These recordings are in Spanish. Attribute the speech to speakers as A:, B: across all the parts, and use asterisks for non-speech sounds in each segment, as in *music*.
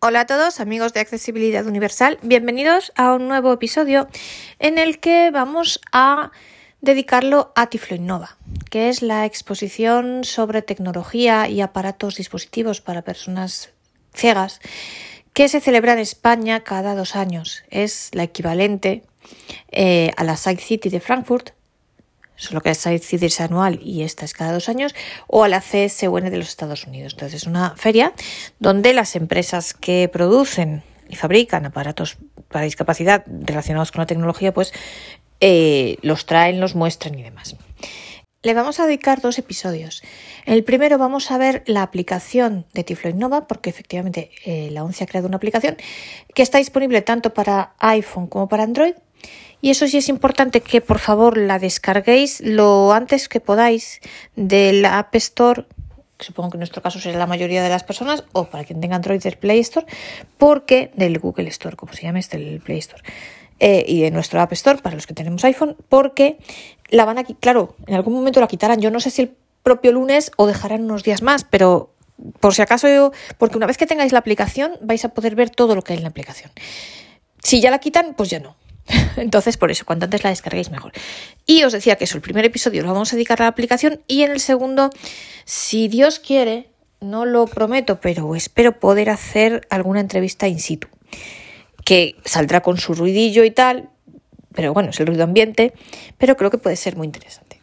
A: Hola a todos amigos de Accesibilidad Universal, bienvenidos a un nuevo episodio en el que vamos a dedicarlo a Tifloinnova, que es la exposición sobre tecnología y aparatos dispositivos para personas ciegas que se celebra en España cada dos años. Es la equivalente eh, a la Side City de Frankfurt, solo que esta es anual y esta es cada dos años, o a la CSUN de los Estados Unidos. Entonces, es una feria donde las empresas que producen y fabrican aparatos para discapacidad relacionados con la tecnología, pues eh, los traen, los muestran y demás. Le vamos a dedicar dos episodios. En el primero vamos a ver la aplicación de Tiflo Innova, porque efectivamente eh, la ONCE ha creado una aplicación que está disponible tanto para iPhone como para Android. Y eso sí es importante que por favor la descarguéis lo antes que podáis de la App Store, que supongo que en nuestro caso será la mayoría de las personas, o para quien tenga Android del Play Store, porque del Google Store, como se llama este, el Play Store. Eh, y de nuestro App Store para los que tenemos iPhone, porque la van a quitar, claro, en algún momento la quitarán, yo no sé si el propio lunes o dejarán unos días más, pero por si acaso, yo, porque una vez que tengáis la aplicación vais a poder ver todo lo que hay en la aplicación. Si ya la quitan, pues ya no. *laughs* Entonces, por eso, cuanto antes la descarguéis, mejor. Y os decía que eso, el primer episodio lo vamos a dedicar a la aplicación y en el segundo, si Dios quiere, no lo prometo, pero espero poder hacer alguna entrevista in situ, que saldrá con su ruidillo y tal, pero bueno, es el ruido ambiente, pero creo que puede ser muy interesante.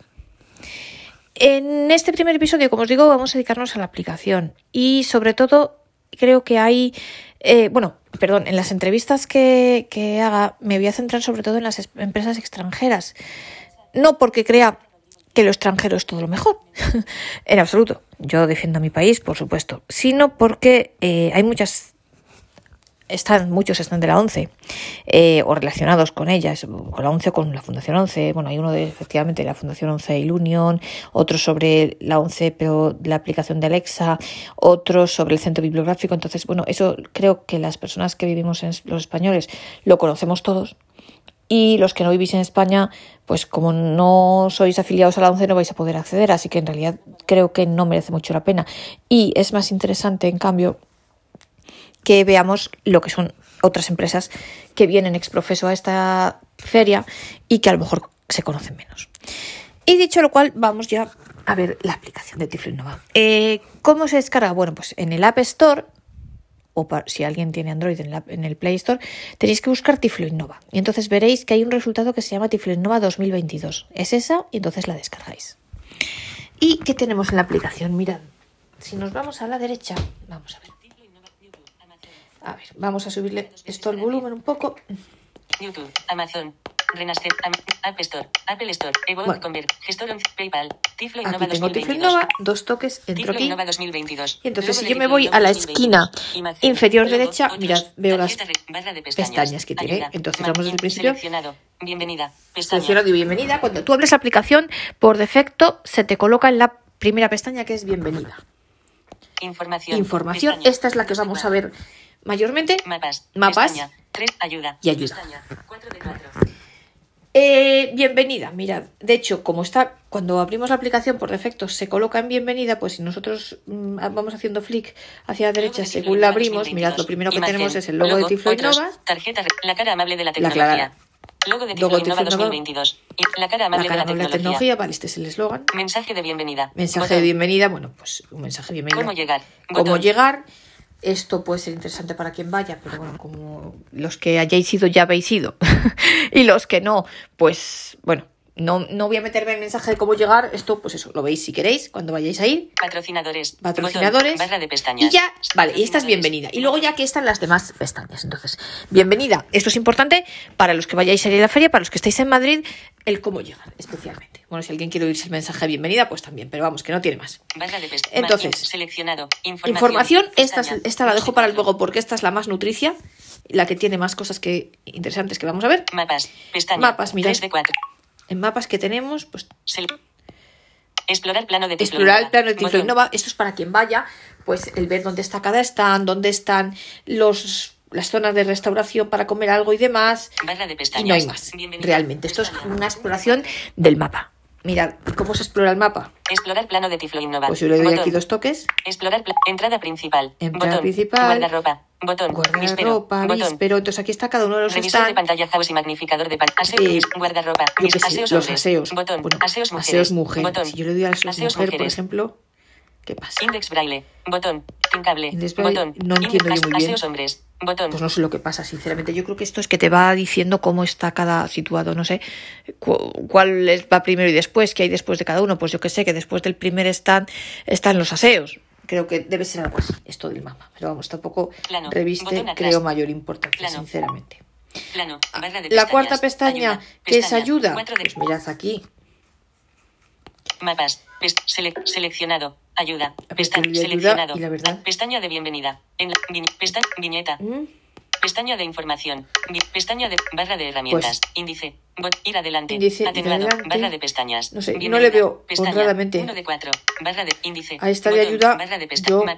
A: En este primer episodio, como os digo, vamos a dedicarnos a la aplicación y sobre todo creo que hay, eh, bueno, perdón, en las entrevistas que, que, haga me voy a centrar sobre todo en las empresas extranjeras. No porque crea que lo extranjero es todo lo mejor, *laughs* en absoluto. Yo defiendo a mi país, por supuesto, sino porque eh, hay muchas... Están, muchos están de la ONCE eh, o relacionados con ellas, con la ONCE o con la Fundación ONCE. Bueno, hay uno de, efectivamente, de la Fundación ONCE y la Unión, otro sobre la ONCE, pero la aplicación de Alexa, otro sobre el centro bibliográfico. Entonces, bueno, eso creo que las personas que vivimos en los españoles lo conocemos todos. Y los que no vivís en España, pues como no sois afiliados a la ONCE no vais a poder acceder, así que en realidad creo que no merece mucho la pena. Y es más interesante, en cambio, que veamos lo que son otras empresas que vienen exprofeso a esta feria y que a lo mejor se conocen menos. Y dicho lo cual, vamos ya a ver la aplicación de Tiflo Innova. Eh, ¿Cómo se descarga? Bueno, pues en el App Store, o para, si alguien tiene Android en, la, en, el Play Store, tenéis que buscar Tiflo Innova. Y entonces veréis que hay un resultado que se llama Tiflo Innova 2022. Es esa y entonces la descargáis. ¿Y qué tenemos en la aplicación? Mirad, si nos vamos a la derecha, vamos a ver. A ver, vamos a subirle esto al volumen un poco.
B: YouTube, Amazon, Renascer, App Store, Apple Store, Evolve,
A: Bueno.
B: Convert, Gestor, PayPal, Tiflo
A: Aquí
B: Innova
A: tengo
B: 2022.
A: Tiflo Innova, dos toques, entro
B: Tiflo
A: aquí.
B: Innova 2022.
A: Y entonces,
B: Logo
A: si
B: de
A: yo me
B: Tiflo
A: voy a la
B: Innova 2022.
A: esquina
B: Imagen,
A: inferior
B: logo,
A: derecha,
B: otros,
A: mirad, veo las
B: tarjeta re- barra de
A: pestañas que tiene.
B: Ayuda,
A: Entonces,
B: imagen,
A: vamos desde el principio.
B: Seleccionado. Bienvenida. Pestaña.
A: Selecciono de bienvenida. Cuando tú abres la aplicación, por defecto se te coloca en la primera pestaña que es bienvenida.
B: Información.
A: Información.
B: Pestaña.
A: Esta es la que vamos a ver mayormente.
B: Mapas.
A: Mapas.
B: Pestaña. Tres. Ayuda.
A: Y ayuda.
B: Pestaña. Cuatro de cuatro.
A: Eh, bienvenida, mirad. De hecho, como está, cuando abrimos la aplicación por defecto se coloca en bienvenida, pues si nosotros mm, vamos haciendo flick hacia la
B: Logo
A: derecha
B: de Tiflo
A: según la
B: Innova
A: abrimos, mirad, lo
B: 2022.
A: primero que
B: Imagen,
A: tenemos es el logo de Tiflo
B: otros,
A: Innova.
B: Tarjeta, re- la cara amable de la
A: clara.
B: tecnología. Logo de Tiflo
A: Logo de
B: Innova
A: Tiflo Innova.
B: 2022. Y la cara
A: La
B: amable
A: cara
B: de
A: de
B: la
A: la
B: tecnología.
A: tecnología, vale, este es el eslogan.
B: Mensaje de bienvenida.
A: Mensaje
B: Botón.
A: de bienvenida, bueno, pues un mensaje de bienvenida.
B: ¿Cómo llegar?
A: Cómo
B: Botón.
A: llegar. Esto puede ser interesante para quien vaya, pero bueno, como los que hayáis ido ya habéis ido. *laughs* y los que no, pues bueno, no, no voy a meterme en el mensaje de cómo llegar. Esto, pues eso, lo veis si queréis cuando vayáis a ir.
B: Patrocinadores.
A: Patrocinadores.
B: Botón. barra de pestañas.
A: Y ya, vale, y esta es
B: Patrocinadores.
A: bienvenida. Y luego ya aquí están las demás pestañas. Entonces, bienvenida. Esto es importante para los que vayáis a ir a la feria, para los que estáis en Madrid, el cómo llegar, especialmente. Bueno, si alguien quiere oírse el mensaje de bienvenida, pues también, pero vamos, que no tiene más.
B: Barra de pestañas.
A: Entonces,
B: Seleccionado. Información.
A: Información, esta, es-
B: Pestaña.
A: esta la dejo para luego porque esta es la más nutricia, la que tiene más cosas que interesantes que vamos a ver.
B: Mapas. Pestaña.
A: Mapas, mirad.
B: 3 de 4.
A: En mapas que tenemos, pues
B: Explorar plano de Tiflo
A: explorar el
B: Innova.
A: plano de Tiflo
B: Botón.
A: Innova, esto es para quien vaya, pues el ver dónde está cada stand, dónde están los las zonas de restauración para comer algo y demás,
B: Barra de
A: y
B: pestañas.
A: no hay más,
B: Bienvenida.
A: realmente. Esto es
B: Pestaña.
A: una exploración del mapa. Mirad, ¿cómo se explora el mapa?
B: Explorar plano de Tiflo Innova.
A: Pues yo le doy
B: Botón.
A: aquí dos toques.
B: Explorar pla- entrada principal.
A: Entrada
B: Botón.
A: principal.
B: Guardarropa. Botón. Vispero.
A: Guardarropa,
B: Botón.
A: pero Entonces aquí está cada uno de los
B: Revisor de
A: stands.
B: pantalla house y magnificador de pantalla. Aseo,
A: Eh,
B: mis- guardarropa.
A: Yo
B: mis-
A: qué sé,
B: aseos
A: los
B: hombres.
A: aseos.
B: Botón.
A: Bueno,
B: aseos mujeres. Botón.
A: Si yo le doy a aseos,
B: Aseos
A: mujer, por
B: mujeres.
A: ejemplo, ¿qué pasa?
B: Index braille. Botón. Tincable.
A: Index braille,
B: Botón.
A: no entiendo yo muy bien.
B: Aseos hombres. Botón.
A: Pues no sé lo que pasa, sinceramente. Yo creo que esto es que te va diciendo cómo está cada situado. No sé cu- cuál es- va primero y después, qué hay después de cada uno. Pues yo que sé, que después del primer stand están los aseos. Creo que debe ser algo así, esto del mapa. Pero vamos, tampoco
B: Plano,
A: reviste,
B: botón atrás.
A: creo, mayor importancia,
B: Plano.
A: sinceramente.
B: Plano. Barra de
A: La
B: pestañas.
A: cuarta pestaña,
B: Ayuda.
A: que es
B: Pestaña.
A: ayuda,
B: Cuatro de-
A: pues mirad aquí.
B: Mapas. Pes- sele- seleccionado. Ayuda.
A: pero
B: Pestaña.
A: le ayuda,
B: Seleccionado.
A: y la verdad-
B: Pestaña de bienvenida. En la, vi- pesta- viñeta.
A: Mm,
B: Pestaña de información. Vi- Pestaña de barra de herramientas. índice. Bot- ir adelante.
A: Pues Índice, ir
B: Atenuado.
A: adelante.
B: Barra de pestañas.
A: No sé, no
B: Bienvenida.
A: le veo
B: Pestaña.
A: honradamente.
B: Uno de cuatro. Barra de índice.
A: Ahí está de
B: Botón.
A: ayuda.
B: Barra de
A: Yo-
B: pestañas.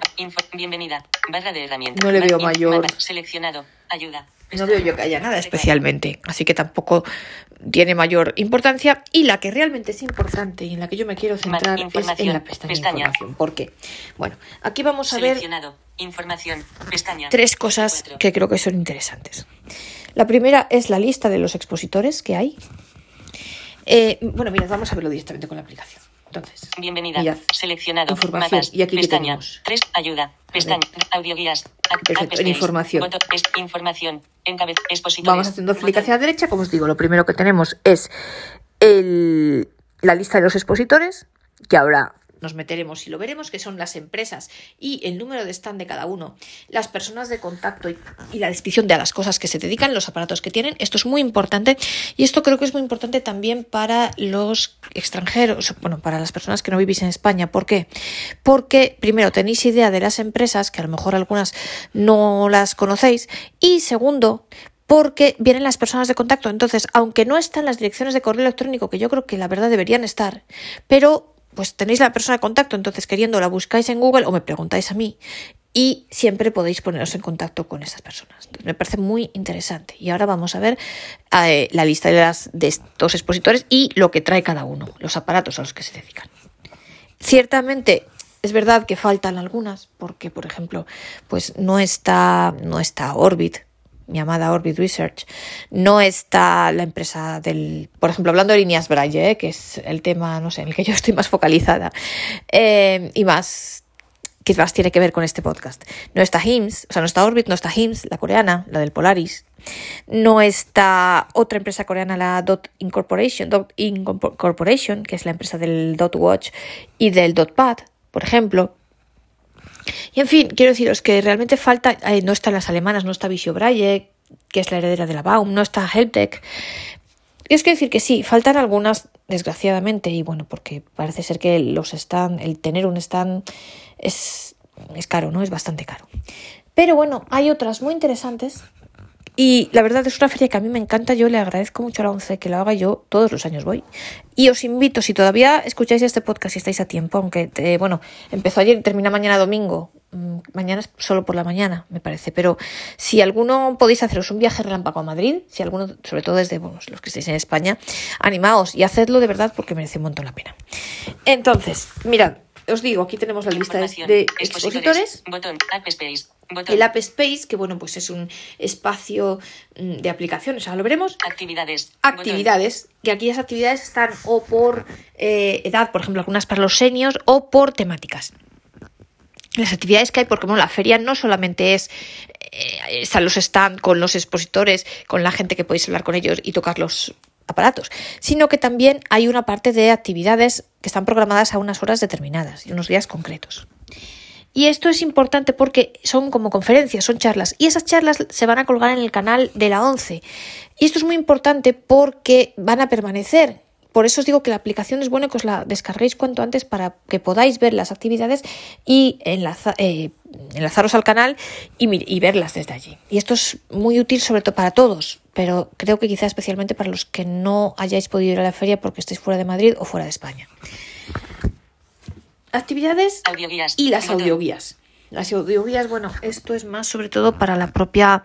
B: Bienvenida. Barra de herramientas.
A: No le
B: Ba-
A: veo
B: in-
A: mayor-
B: mapa. Seleccionado. Ayuda.
A: No veo yo que haya nada especialmente, así que tampoco tiene mayor importancia. Y la que realmente es importante y en la que yo me quiero centrar es en
B: información,
A: la pestaña,
B: pestaña.
A: información. ¿Por qué? Bueno, aquí vamos a ver
B: Seleccionado. Información. Pestaña.
A: tres cosas
B: Cuatro.
A: que creo que son interesantes. La primera es la lista de los expositores que hay. Eh, bueno, mira, vamos a verlo directamente con la aplicación. Entonces,
B: Bienvenida.
A: mirad.
B: Seleccionado.
A: Información.
B: Mapas.
A: ¿Y aquí qué
B: pestaña.
A: tenemos?
B: Tres. Ayuda. Pestaña. Audioguías. Ac-
A: Perfecto.
B: App Space.
A: En información.
B: Botón. Es- información. Encabez. Expositores.
A: Vamos haciendo clic
B: Botón.
A: hacia la derecha. Como os digo, lo primero que tenemos es el- la lista de los expositores, que ahora nos meteremos y lo veremos, que son las empresas y el número de stand de cada uno, las personas de contacto y, y la descripción de a las cosas que se dedican, los aparatos que tienen. Esto es muy importante y esto creo que es muy importante también para los extranjeros, bueno, para las personas que no vivís en España. ¿Por qué? Porque primero tenéis idea de las empresas, que a lo mejor algunas no las conocéis, y segundo, porque vienen las personas de contacto. Entonces, aunque no están las direcciones de correo electrónico, que yo creo que la verdad deberían estar, pero pues tenéis la persona de contacto, entonces queriendo la buscáis en Google o me preguntáis a mí y siempre podéis poneros en contacto con esas personas. Entonces, me parece muy interesante. Y ahora vamos a ver eh, la lista de, las, de estos expositores y lo que trae cada uno, los aparatos a los que se dedican. Ciertamente es verdad que faltan algunas, porque por ejemplo, pues no está, no está Orbit, mi amada Orbit Research, no está la empresa del, por ejemplo, hablando de líneas Braille, ¿eh? que es el tema, no sé, en el que yo estoy más focalizada eh, y más que más tiene que ver con este podcast. No está HIMS, o sea, no está Orbit, no está HIMS, la coreana, la del Polaris. No está otra empresa coreana, la Dot Incorporation, Dot Incorpor- Corporation, que es la empresa del Dot Watch y del Dot Pad, por ejemplo. Y en fin, quiero deciros que realmente falta, eh, no están las alemanas, no está Visio Braille, que es la heredera de la Baum, no está Helptech, y es que decir que sí, faltan algunas, desgraciadamente, y bueno, porque parece ser que los stand, el tener un stand es, es caro, ¿no? Es bastante caro. Pero bueno, hay otras muy interesantes. Y la verdad es una feria que a mí me encanta, yo le agradezco mucho a la ONCE que lo haga, yo todos los años voy. Y os invito, si todavía escucháis este podcast y estáis a tiempo, aunque, eh, bueno, empezó ayer y termina mañana domingo, Mm, mañana es solo por la mañana, me parece, pero si alguno podéis haceros un viaje relámpago a Madrid, si alguno, sobre todo desde bueno, los que estáis en España, animaos y hacedlo de verdad porque merece un montón la pena. Entonces, mirad, os digo, aquí tenemos la lista de-
B: Información.
A: de expositores
B: Botón. App Space. Botón.
A: el App Space, que bueno, pues es un espacio mm, de aplicaciones, ahora lo veremos.
B: Actividades. Botón.
A: Actividades, que aquí las actividades están o por eh, edad, por ejemplo, algunas para los seniors, o por temáticas. Las actividades que hay, porque bueno, la feria no solamente es eh, están los stand con los expositores, con la gente que podéis hablar con ellos y tocar los aparatos, sino que también hay una parte de actividades que están programadas a unas horas determinadas y unos días concretos. Y esto es importante porque son como conferencias, son charlas. Y esas charlas se van a colgar en el canal de la 11. Y esto es muy importante porque van a permanecer. Por eso os digo que la aplicación es buena que os la descarguéis cuanto antes para que podáis ver las actividades y enlaza- eh, enlazaros al canal y, mi- y verlas desde allí. Y esto es muy útil sobre todo para todos, pero creo que quizá especialmente para los que no hayáis podido ir a la feria porque estéis fuera de Madrid o fuera de España. Actividades
B: Audioguías.
A: y las
B: Botón.
A: audioguías. Las audioguías, bueno, esto es más sobre todo para la propia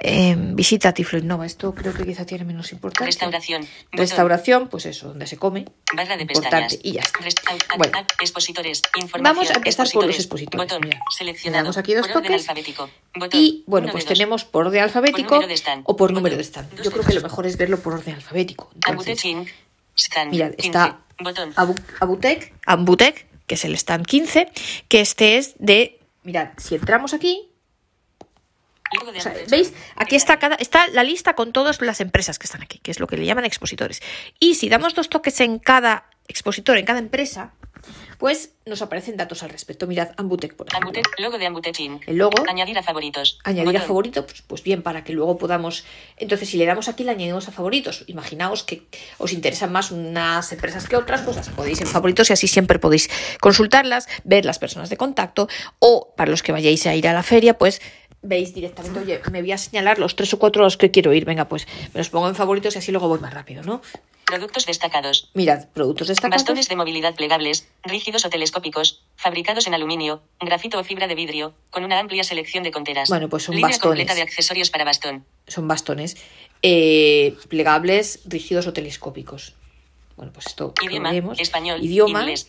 A: eh, visita Tifloinnova. Esto creo que quizá tiene menos importancia.
B: Restauración.
A: Restauración, pues eso, donde se come.
B: Barra de
A: Importante,
B: pestañas.
A: y ya está.
B: Rest- a- a-
A: Bueno.
B: a- expositores. Información.
A: Vamos a empezar por los expositores,
B: Botón.
A: mira.
B: Seleccionado.
A: Le damos aquí dos
B: por orden
A: toques.
B: alfabético. Botón.
A: Y bueno,
B: Uno
A: pues
B: de dos.
A: tenemos por orden
B: Por
A: alfabético
B: número de stand.
A: o por
B: Botón.
A: número de stand.
B: Dos
A: Yo
B: de
A: creo
B: dos.
A: que lo mejor es verlo por orden alfabético. Entonces,
B: Abuteking. Stand.
A: Mirad,
B: 15.
A: está
B: Botón.
A: Abu- Abutec, Ambutec, que es el stand 15, que este es de... Mirad, si entramos aquí,
B: Luego de
A: o sea,
B: Abutec.
A: ¿veis? Aquí está, cada, está la lista con todas las empresas que están aquí, que es lo que le llaman expositores. Y si damos dos toques en cada expositor, en cada empresa, pues nos aparecen datos al respecto. Mirad, Ambutec, por ejemplo.
B: Ambutec. Logo de Ambuteking.
A: El logo.
B: Añadir a favoritos.
A: Añadir a
B: Botón.
A: favorito, pues, pues bien, para que luego podamos. Entonces, si le damos aquí, le añadimos a favoritos. Imaginaos que os interesan más unas empresas que otras, pues las podéis en favoritos y así siempre podéis consultarlas, ver las personas de contacto o para los que vayáis a ir a la feria, pues veis directamente, oye, me voy a señalar los tres o cuatro a los que quiero ir, venga, pues me los pongo en favoritos y así luego voy más rápido, ¿no?
B: Productos destacados.
A: Mirad, productos destacados.
B: Bastones de movilidad plegables, rígidos o telescópicos, fabricados en aluminio, grafito o fibra de vidrio, con una amplia selección de conteras.
A: Bueno, pues son
B: Línea
A: bastones.
B: completa de accesorios para bastón.
A: son bastones eh, plegables, rígidos o telescópicos. Bueno, pues esto lo
B: Idioma,
A: veremos.
B: español,
A: idioma,
B: inglés.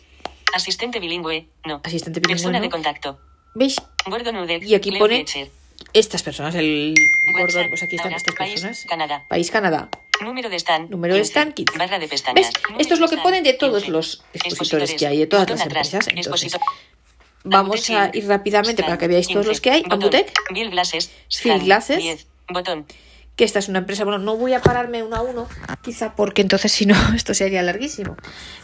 B: Asistente bilingüe, no.
A: Asistente bilingüe,
B: Persona
A: no.
B: de contacto.
A: ¿Veis?
B: Gordon Udek,
A: Y aquí
B: Leo
A: pone
B: Fletcher.
A: Estas personas, el
B: WhatsApp,
A: Gordon, pues aquí están
B: ahora,
A: estas
B: país,
A: personas.
B: Canadá.
A: País Canadá.
B: Número de stand.
A: Número de
B: 15.
A: stand 15.
B: Barra de pestañas.
A: ¿Ves?
B: Número
A: Esto es lo que
B: stand,
A: ponen de todos
B: 15.
A: los expositores que hay, de todas
B: Botón
A: las
B: atrás.
A: empresas. Entonces,
B: Expositor-
A: vamos a ir rápidamente para que veáis todos los que hay. Ambutec,
B: Bill Glasses.
A: Field
B: Stand,
A: Glasses.
B: 10. Botón.
A: que esta es una empresa, bueno, no voy a pararme uno a uno, quizá porque entonces *laughs* si no, esto sería larguísimo.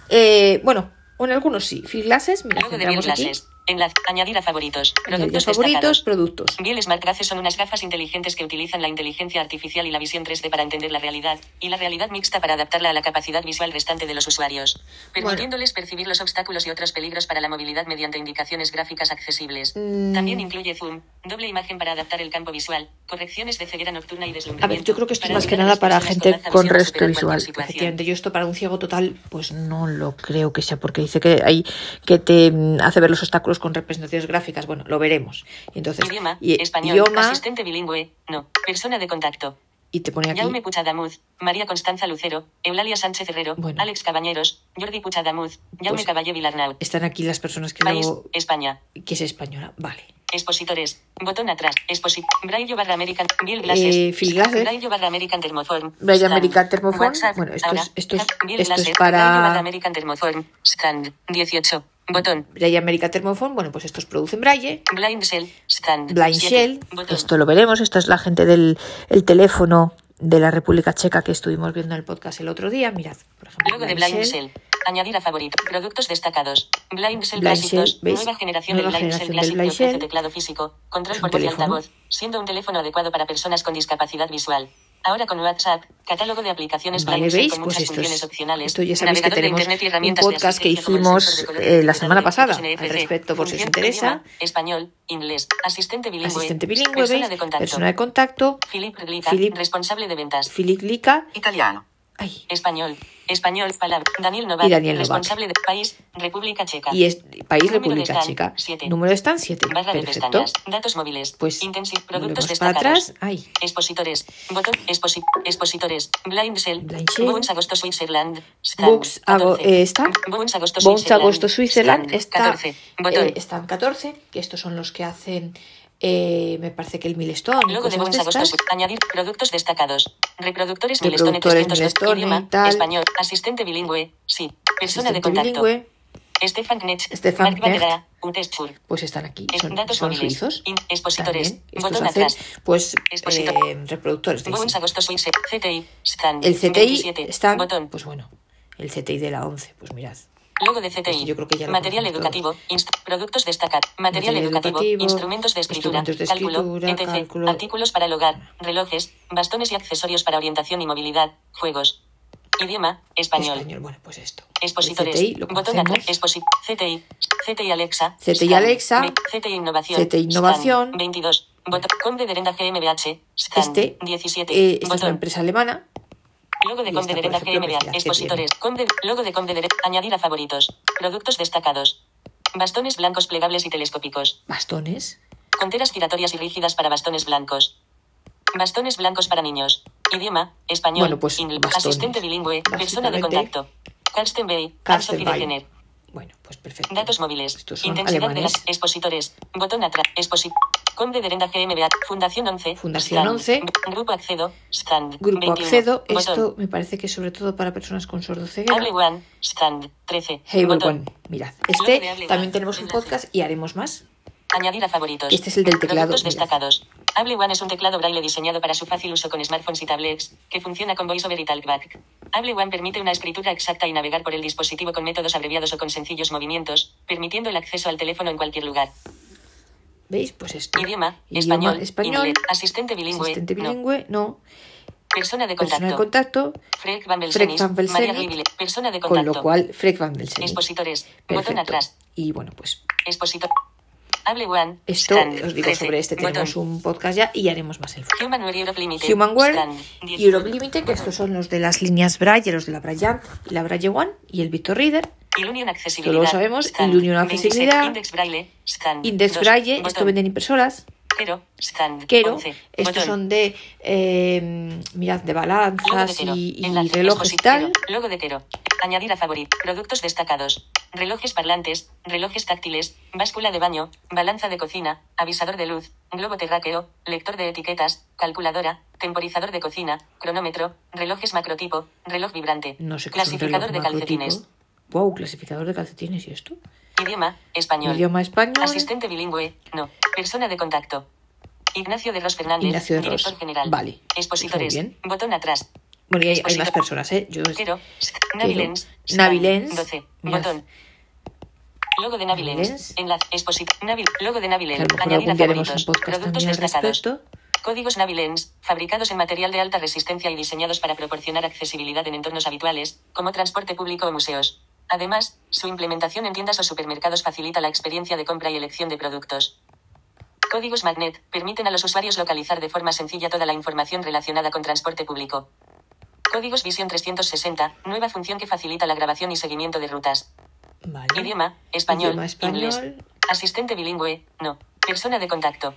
A: Eh, bueno, en algunos sí. Field Glasses, mira,
B: Luego de Bill
A: entramos aquí.
B: Glasses. Enlace. Añadir a favoritos.
A: Añadir
B: Productos
A: favoritos,
B: destacados.
A: productos.
B: Bill Smart Glasses son unas gafas inteligentes que utilizan la inteligencia artificial y la visión 3D para entender la realidad, y la realidad mixta para adaptarla a la capacidad visual restante de los usuarios, permitiéndoles percibir los obstáculos y otros peligros para la movilidad mediante indicaciones gráficas accesibles.
A: Mm.
B: También incluye zoom, doble imagen para adaptar el campo visual, correcciones de ceguera nocturna y deslumbramiento.
A: A ver, yo creo que esto es
B: para
A: más que
B: ayudar a
A: nada
B: las
A: para
B: personas
A: gente
B: baja
A: con
B: visión a
A: resto
B: superar cualquier
A: visual.
B: situación.
A: Efectivamente, yo esto para un ciego total, pues no lo creo que sea, porque dice que hay que te mm, hace ver los obstáculos con representaciones gráficas. Bueno, lo veremos. Y entonces,
B: Idioma,
A: y,
B: español,
A: idioma,
B: asistente bilingüe, no, persona de contacto,
A: y te pone aquí.
B: Jaume Puchadamuz, María Constanza Lucero, Eulalia Sánchez Herrero,
A: Bueno.
B: Alex Cabañeros, Jordi Puchadamuz, Jaume
A: Pues-
B: Caballé Vilarnau.
A: Están aquí las personas que
B: País,
A: luego.
B: España.
A: que es española. Vale.
B: Expositores. Botón atrás. Exposit. Braille barra American. Bill Glasses.
A: Eh, Phil Glasses.
B: Braille barra American Thermoform.
A: Braille
B: Stand.
A: American Thermoform.
B: WhatsApp.
A: Bueno, esto es-
B: Ahora.
A: esto es-
B: Bill
A: esto es
B: Glasses.
A: para-
B: Braille barra American Thermoform. Stand. 18. Botón.
A: Braille América Thermophone, bueno, pues estos producen Braille.
B: Blind Shell. Stand.
A: Blind
B: 7.
A: Shell,
B: Botón.
A: esto lo veremos, esta es la gente del el teléfono de la República Checa que estuvimos viendo en el podcast el otro día. Mirad, por ejemplo.
B: Luego de
A: Blind
B: Blind
A: Shell.
B: Shell. Añadir a favorito. Productos destacados. Blind Shell
A: Blind
B: Classic
A: Shell,
B: 2.
A: ¿veis?
B: Nueva generación
A: Nueva
B: de Blind Shell
A: generación
B: Classic
A: del
B: que
A: Blind
B: ofrece
A: Shell.
B: teclado físico,
A: Es
B: control
A: un
B: por voz y
A: teléfono.
B: altavoz, siendo un teléfono adecuado para personas con discapacidad visual. Ahora con WhatsApp, catálogo de aplicaciones
A: Vale,
B: Blind Shell
A: ¿veis?
B: con
A: Pues
B: muchas
A: esto,
B: funciones
A: es-
B: opcionales.
A: esto ya sabéis que
B: navegador de
A: tenemos
B: internet y
A: un
B: herramientas de
A: podcast que
B: asistencia como el sensor
A: hicimos
B: de color,
A: eh, la semana
B: navegador de
A: pasada
B: efectos
A: al
B: NFC,
A: respecto, por si os
B: función
A: interesa.
B: idioma, Español, inglés, asistente bilingüe,
A: Asistente bilingüe,
B: persona
A: ¿veis?
B: de contacto.
A: persona de contacto,
B: Philip Reglica,
A: Philip-
B: responsable de ventas.
A: Philip Lica,
B: Italiano.
A: ay,
B: Español. Español. Palabra. Daniel Novak.
A: Y Daniel Novak.
B: responsable de país. República Checa.
A: y es país
B: Número de
A: República
B: stand,
A: Checa.
B: siete.
A: Número de stand 7.
B: Barra de
A: Perfecto.
B: pestañas. Datos móviles.
A: Pues
B: Intensive.
A: volvemos
B: Productos
A: para
B: destacados.
A: atrás. Ay,
B: Expositores. Botón. Exposi expositores. Blind Shell.
A: Blind Shell.
B: Bones Agosto Switzerland. Stand.
A: Books hago,
B: 14.
A: eh, stand.
B: Bones Agosto
A: Bones
B: Switzerland.
A: Agosto Switzerland
B: Stand.
A: está,
B: 14. Botón.
A: eh, están 14, que estos son los que hacen, eh, me parece que el Milestone. y
B: Luego de
A: cosas
B: Bones
A: de
B: Agosto
A: estas.
B: Switzerland. Añadir productos destacados. Reproductores
A: De
B: Milestone
A: productores
B: 302.
A: Milestone y
B: Idioma.
A: tal.
B: Español. Asistente bilingüe. Sí. Persona de
A: Asistente
B: contacto.
A: bilingüe,
B: Stefan Knetz.
A: Stefan
B: Mark
A: Knecht.
B: Badera, Utestfur.
A: pues están aquí,
B: Es-
A: son,
B: datos
A: son
B: móviles.
A: suizos.
B: In- expositores.
A: también. Estos
B: Botón
A: hacen,
B: atrás.
A: pues,
B: Expositor.
A: eh, reproductores. de
B: Bones
A: cine.
B: Agosto Suisse. CTI. Stan.
A: El CTI
B: 27.
A: está,
B: Botón.
A: pues bueno, el CTI de la 11, pues mirad.
B: Luego de CTI.
A: Pues yo creo que ya lo
B: Material
A: conocemos
B: educativo. inst- productos destacados. Material,
A: Material
B: educativo.
A: educativo,
B: Instrumentos de escritura.
A: instrumentos de
B: cálculo.
A: escritura,
B: etc.
A: cálculo.
B: Artículos para el hogar. Relojes. Bastones y accesorios para orientación y movilidad. Juegos. Idioma. Español.
A: bueno, pues esto. El
B: Expositores.
A: CTI lo
B: Botón atrás.
A: conocemos.
B: Exposi CTI. CTI Alexa.
A: CTI
B: Scan.
A: Alexa.
B: Ve- CTI Innovación.
A: CTI
B: Scan.
A: Innovación.
B: 22. Botón. Conde de Herenda GmbH. Scan.
A: Este,
B: 17.
A: eh, esta es una
B: Botón.
A: empresa alemana.
B: Logo de
A: Y
B: Conde
A: esta,
B: de
A: por
B: Herenda
A: ejemplo,
B: GmbH.
A: que es la que
B: Expositores. Conde, logo de Conde de Herenda. Añadir a favoritos. Productos destacados. Bastones blancos plegables y telescópicos.
A: Bastones.
B: Conteras giratorias y rígidas para bastones blancos. Bastones blancos para niños. Idioma, español,
A: Bueno, pues,
B: inglés.
A: bastones.
B: asistente bilingüe, persona de
A: Básicamente.
B: contacto. Carsten Bay,
A: Carsten
B: Carsten
A: Bay.
B: Tener.
A: Bueno, pues perfecto.
B: Datos móviles.
A: Estos son
B: Intensidad
A: alemanes.
B: de las expositores. Botón atrás. Exposit. Conde de Herenda GmbH. Fundación 11.
A: Fundación 11.
B: Grupo Accedo. Stand.
A: Grupo
B: 21.
A: Accedo,
B: Botón.
A: esto me parece que es sobre todo para personas con sordoceguera.
B: Hable One. Stand. 13.
A: Hey
B: Botón.
A: everyone, mirad, este
B: Blog de Hable
A: también
B: One.
A: tenemos un
B: Enlace.
A: podcast y haremos más.
B: Añadir a favoritos.
A: Este es el del teclado,
B: Productos
A: mira.
B: destacados. Hable One es un teclado braille diseñado para su fácil uso con smartphones y tablets, que funciona con VoiceOver y TalkBack. Hable One permite una escritura exacta y navegar por el dispositivo con métodos abreviados o con sencillos movimientos, permitiendo el acceso al teléfono en cualquier lugar.
A: ¿Veis? Pues esto.
B: Idioma,
A: Idioma,
B: español, inglés. asistente bilingüe,
A: asistente
B: no.
A: bilingüe, no.
B: Persona de
A: Persona de
B: contacto.
A: contacto,
B: Freck Van
A: Freck
B: Belsenis,
A: Van
B: María
A: Belsenis,
B: Rivile, persona de
A: con
B: contacto.
A: lo cual Freck Van Belsen.
B: Expositores, botón
A: Perfecto.
B: atrás,
A: Y bueno, pues
B: expositor. Hable One,
A: esto
B: stand,
A: os digo
B: 13,
A: sobre este. Tenemos
B: botón.
A: un podcast ya y haremos más el futuro.
B: Humanware Europe Limited,
A: Humanware,
B: stand, 10,
A: Europe Limited, que estos son los de las líneas Braille, los de la Braille y la Braille One y el Victor Reader.
B: Ilunion Accesibilidad.
A: Solo sabemos
B: stand,
A: Ilunion
B: 26,
A: Accesibilidad,
B: Index Braille. Stand.
A: Index
B: Mm, dos,
A: Braille,
B: botón,
A: esto venden impresoras.
B: Cero. Stand.
A: Quero,
B: 11,
A: estos
B: botón,
A: son de, eh, mirad, de
B: logo de
A: balanzas
B: Quero,
A: y, y
B: enlace,
A: relojes y
B: exposit-
A: tal.
B: Quero, Logo de Quero. Añadir a favorito. Productos destacados. Relojes parlantes, relojes táctiles, báscula de baño, balanza de cocina, avisador de luz, globo terráqueo, lector de etiquetas, calculadora, temporizador de cocina, cronómetro, relojes macrotipo, reloj vibrante,
A: No sé qué es un
B: clasificador
A: reloj
B: de calcetines,
A: macrotipo. Wow, clasificador de calcetines y esto.
B: idioma, español.
A: Idioma español.
B: Asistente bilingüe, no. Persona de contacto. Ignacio de Ros Fernández,
A: Ignacio de Ros.
B: director general.
A: Vale.
B: Expositores.
A: Muy bien.
B: Botón atrás.
A: Bueno, y hay, hay
B: Expositor.
A: más personas, ¿eh? Yo
B: Cero. Navilens.
A: Navilens.
B: 12.
A: Mirad.
B: Botón. Logo de Navilens.
A: Navilens.
B: Enlace. Exposit. Navi- Logo de
A: que
B: Navilens.
A: a lo mejor
B: Añadir a
A: algún día haremos un
B: favoritos.
A: podcast
B: Productos
A: también al
B: destacados.
A: respecto.
B: Códigos Navilens, fabricados en material de alta resistencia y diseñados para proporcionar accesibilidad en entornos habituales, como transporte público o museos. Además, su implementación en tiendas o supermercados facilita la experiencia de compra y elección de productos. Códigos Magnet permiten a los usuarios localizar de forma sencilla toda la información relacionada con transporte público. Códigos Visión 360, nueva función que facilita la grabación y seguimiento de rutas.
A: Vale.
B: Idioma, español,
A: Idioma español.
B: inglés. Asistente bilingüe, no. Persona de contacto.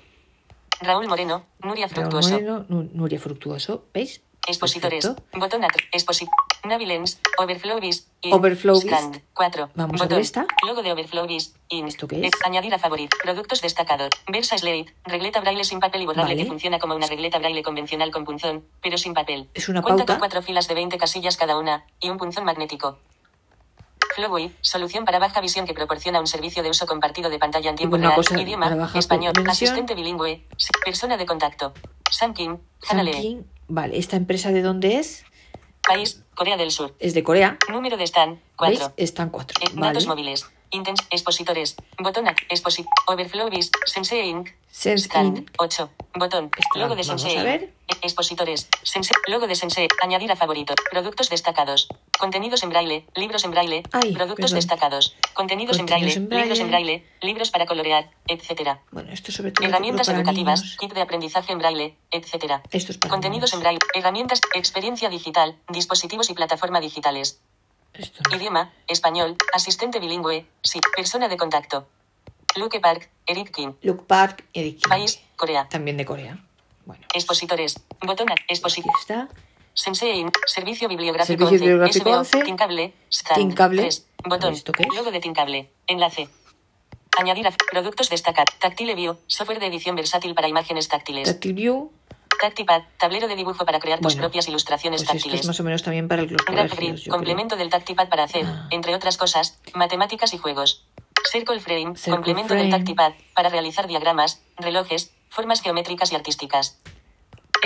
B: Raúl Moreno, Nuria
A: Raúl
B: Fructuoso.
A: Moreno, Nu- Nuria Fructuoso, ¿veis?
B: Expositores.
A: Perfecto.
B: Botón atrás. Exposit. Navilens. Overflow bis. in.
A: Overflow bis.
B: Stand. 4.
A: Vamos a
B: Botón.
A: ver esta.
B: Logo de Overflow bis. In.
A: ¿Esto qué es?
B: Eh, Añadir a favorito. Productos destacados. Versa Slate. Regleta braille sin papel y borrable
A: Vale.
B: que funciona como una regleta braille convencional con punzón, pero sin papel.
A: Es una
B: Cuenta
A: pauta.
B: con cuatro filas de 20 casillas cada una y un punzón magnético. Flowboy, solución para baja visión que proporciona un servicio de uso compartido de pantalla en tiempo
A: Una
B: real,
A: cosa para
B: idioma,
A: baja
B: español,
A: visión.
B: asistente bilingüe, s- persona de contacto. Sam Kim, Hannah Lee.
A: Samking. Vale, ¿esta empresa de dónde es?
B: País, Corea del Sur.
A: Es de Corea.
B: Número de stand,
A: ¿Veis?
B: 4.
A: Están cuatro. Vale.
B: Eh, Datos móviles. Intens, expositores. Botón, exposit, overflow bis, Sensei Inc.
A: Sense
B: Stand,
A: Inc.
B: 8. Botón,
A: Esta
B: logo de
A: vamos
B: Sensei.
A: a ver.
B: Inc. Expositores, Sensei, logo de Sensei, añadir a favorito, productos destacados, contenidos en braille, libros en braille,
A: Ay,
B: productos
A: perdón.
B: destacados, contenidos, en, braille,
A: Contenidos en braille.
B: libros en braille, libros para colorear, etcétera.
A: Bueno, esto sobre todo.
B: Herramientas
A: lo para
B: educativas,
A: niños.
B: kit de aprendizaje en braille, etcétera.
A: Esto es para
B: Contenidos en
A: niños.
B: braille, herramientas, experiencia digital, dispositivos y plataforma digitales.
A: Esto no.
B: Idioma, español, asistente bilingüe, sí, persona de contacto. Luke Park, Eric Kim.
A: Look Park Eric Kim.
B: País, Corea.
A: También de Corea. Bueno,
B: Expositores. Botón,
A: aquí
B: expositor.
A: está.
B: Sensei, in, servicio bibliográfico
A: Servicio
B: 11,
A: bibliográfico
B: SBO,
A: 11,
B: Tincable, stand,
A: Tincable.
B: 3, botón,
A: ¿Esto qué es?
B: logo de Tincable, enlace. Añadir a productos destacar, Tactile View, software de edición versátil para imágenes táctiles.
A: Tactile View. Pues
B: Tactipad, tablero de dibujo para crear tus
A: Bueno,
B: propias ilustraciones
A: Pues esto
B: táctiles.
A: es más o menos también para los
B: Graph
A: colegios.
B: Grid,
A: yo
B: complemento del Tactipad para hacer,
A: Ah.
B: entre otras cosas, matemáticas y juegos. Circle Frame,
A: Circle
B: complemento del
A: Frame.
B: Tactipad para realizar diagramas, relojes, formas geométricas y artísticas.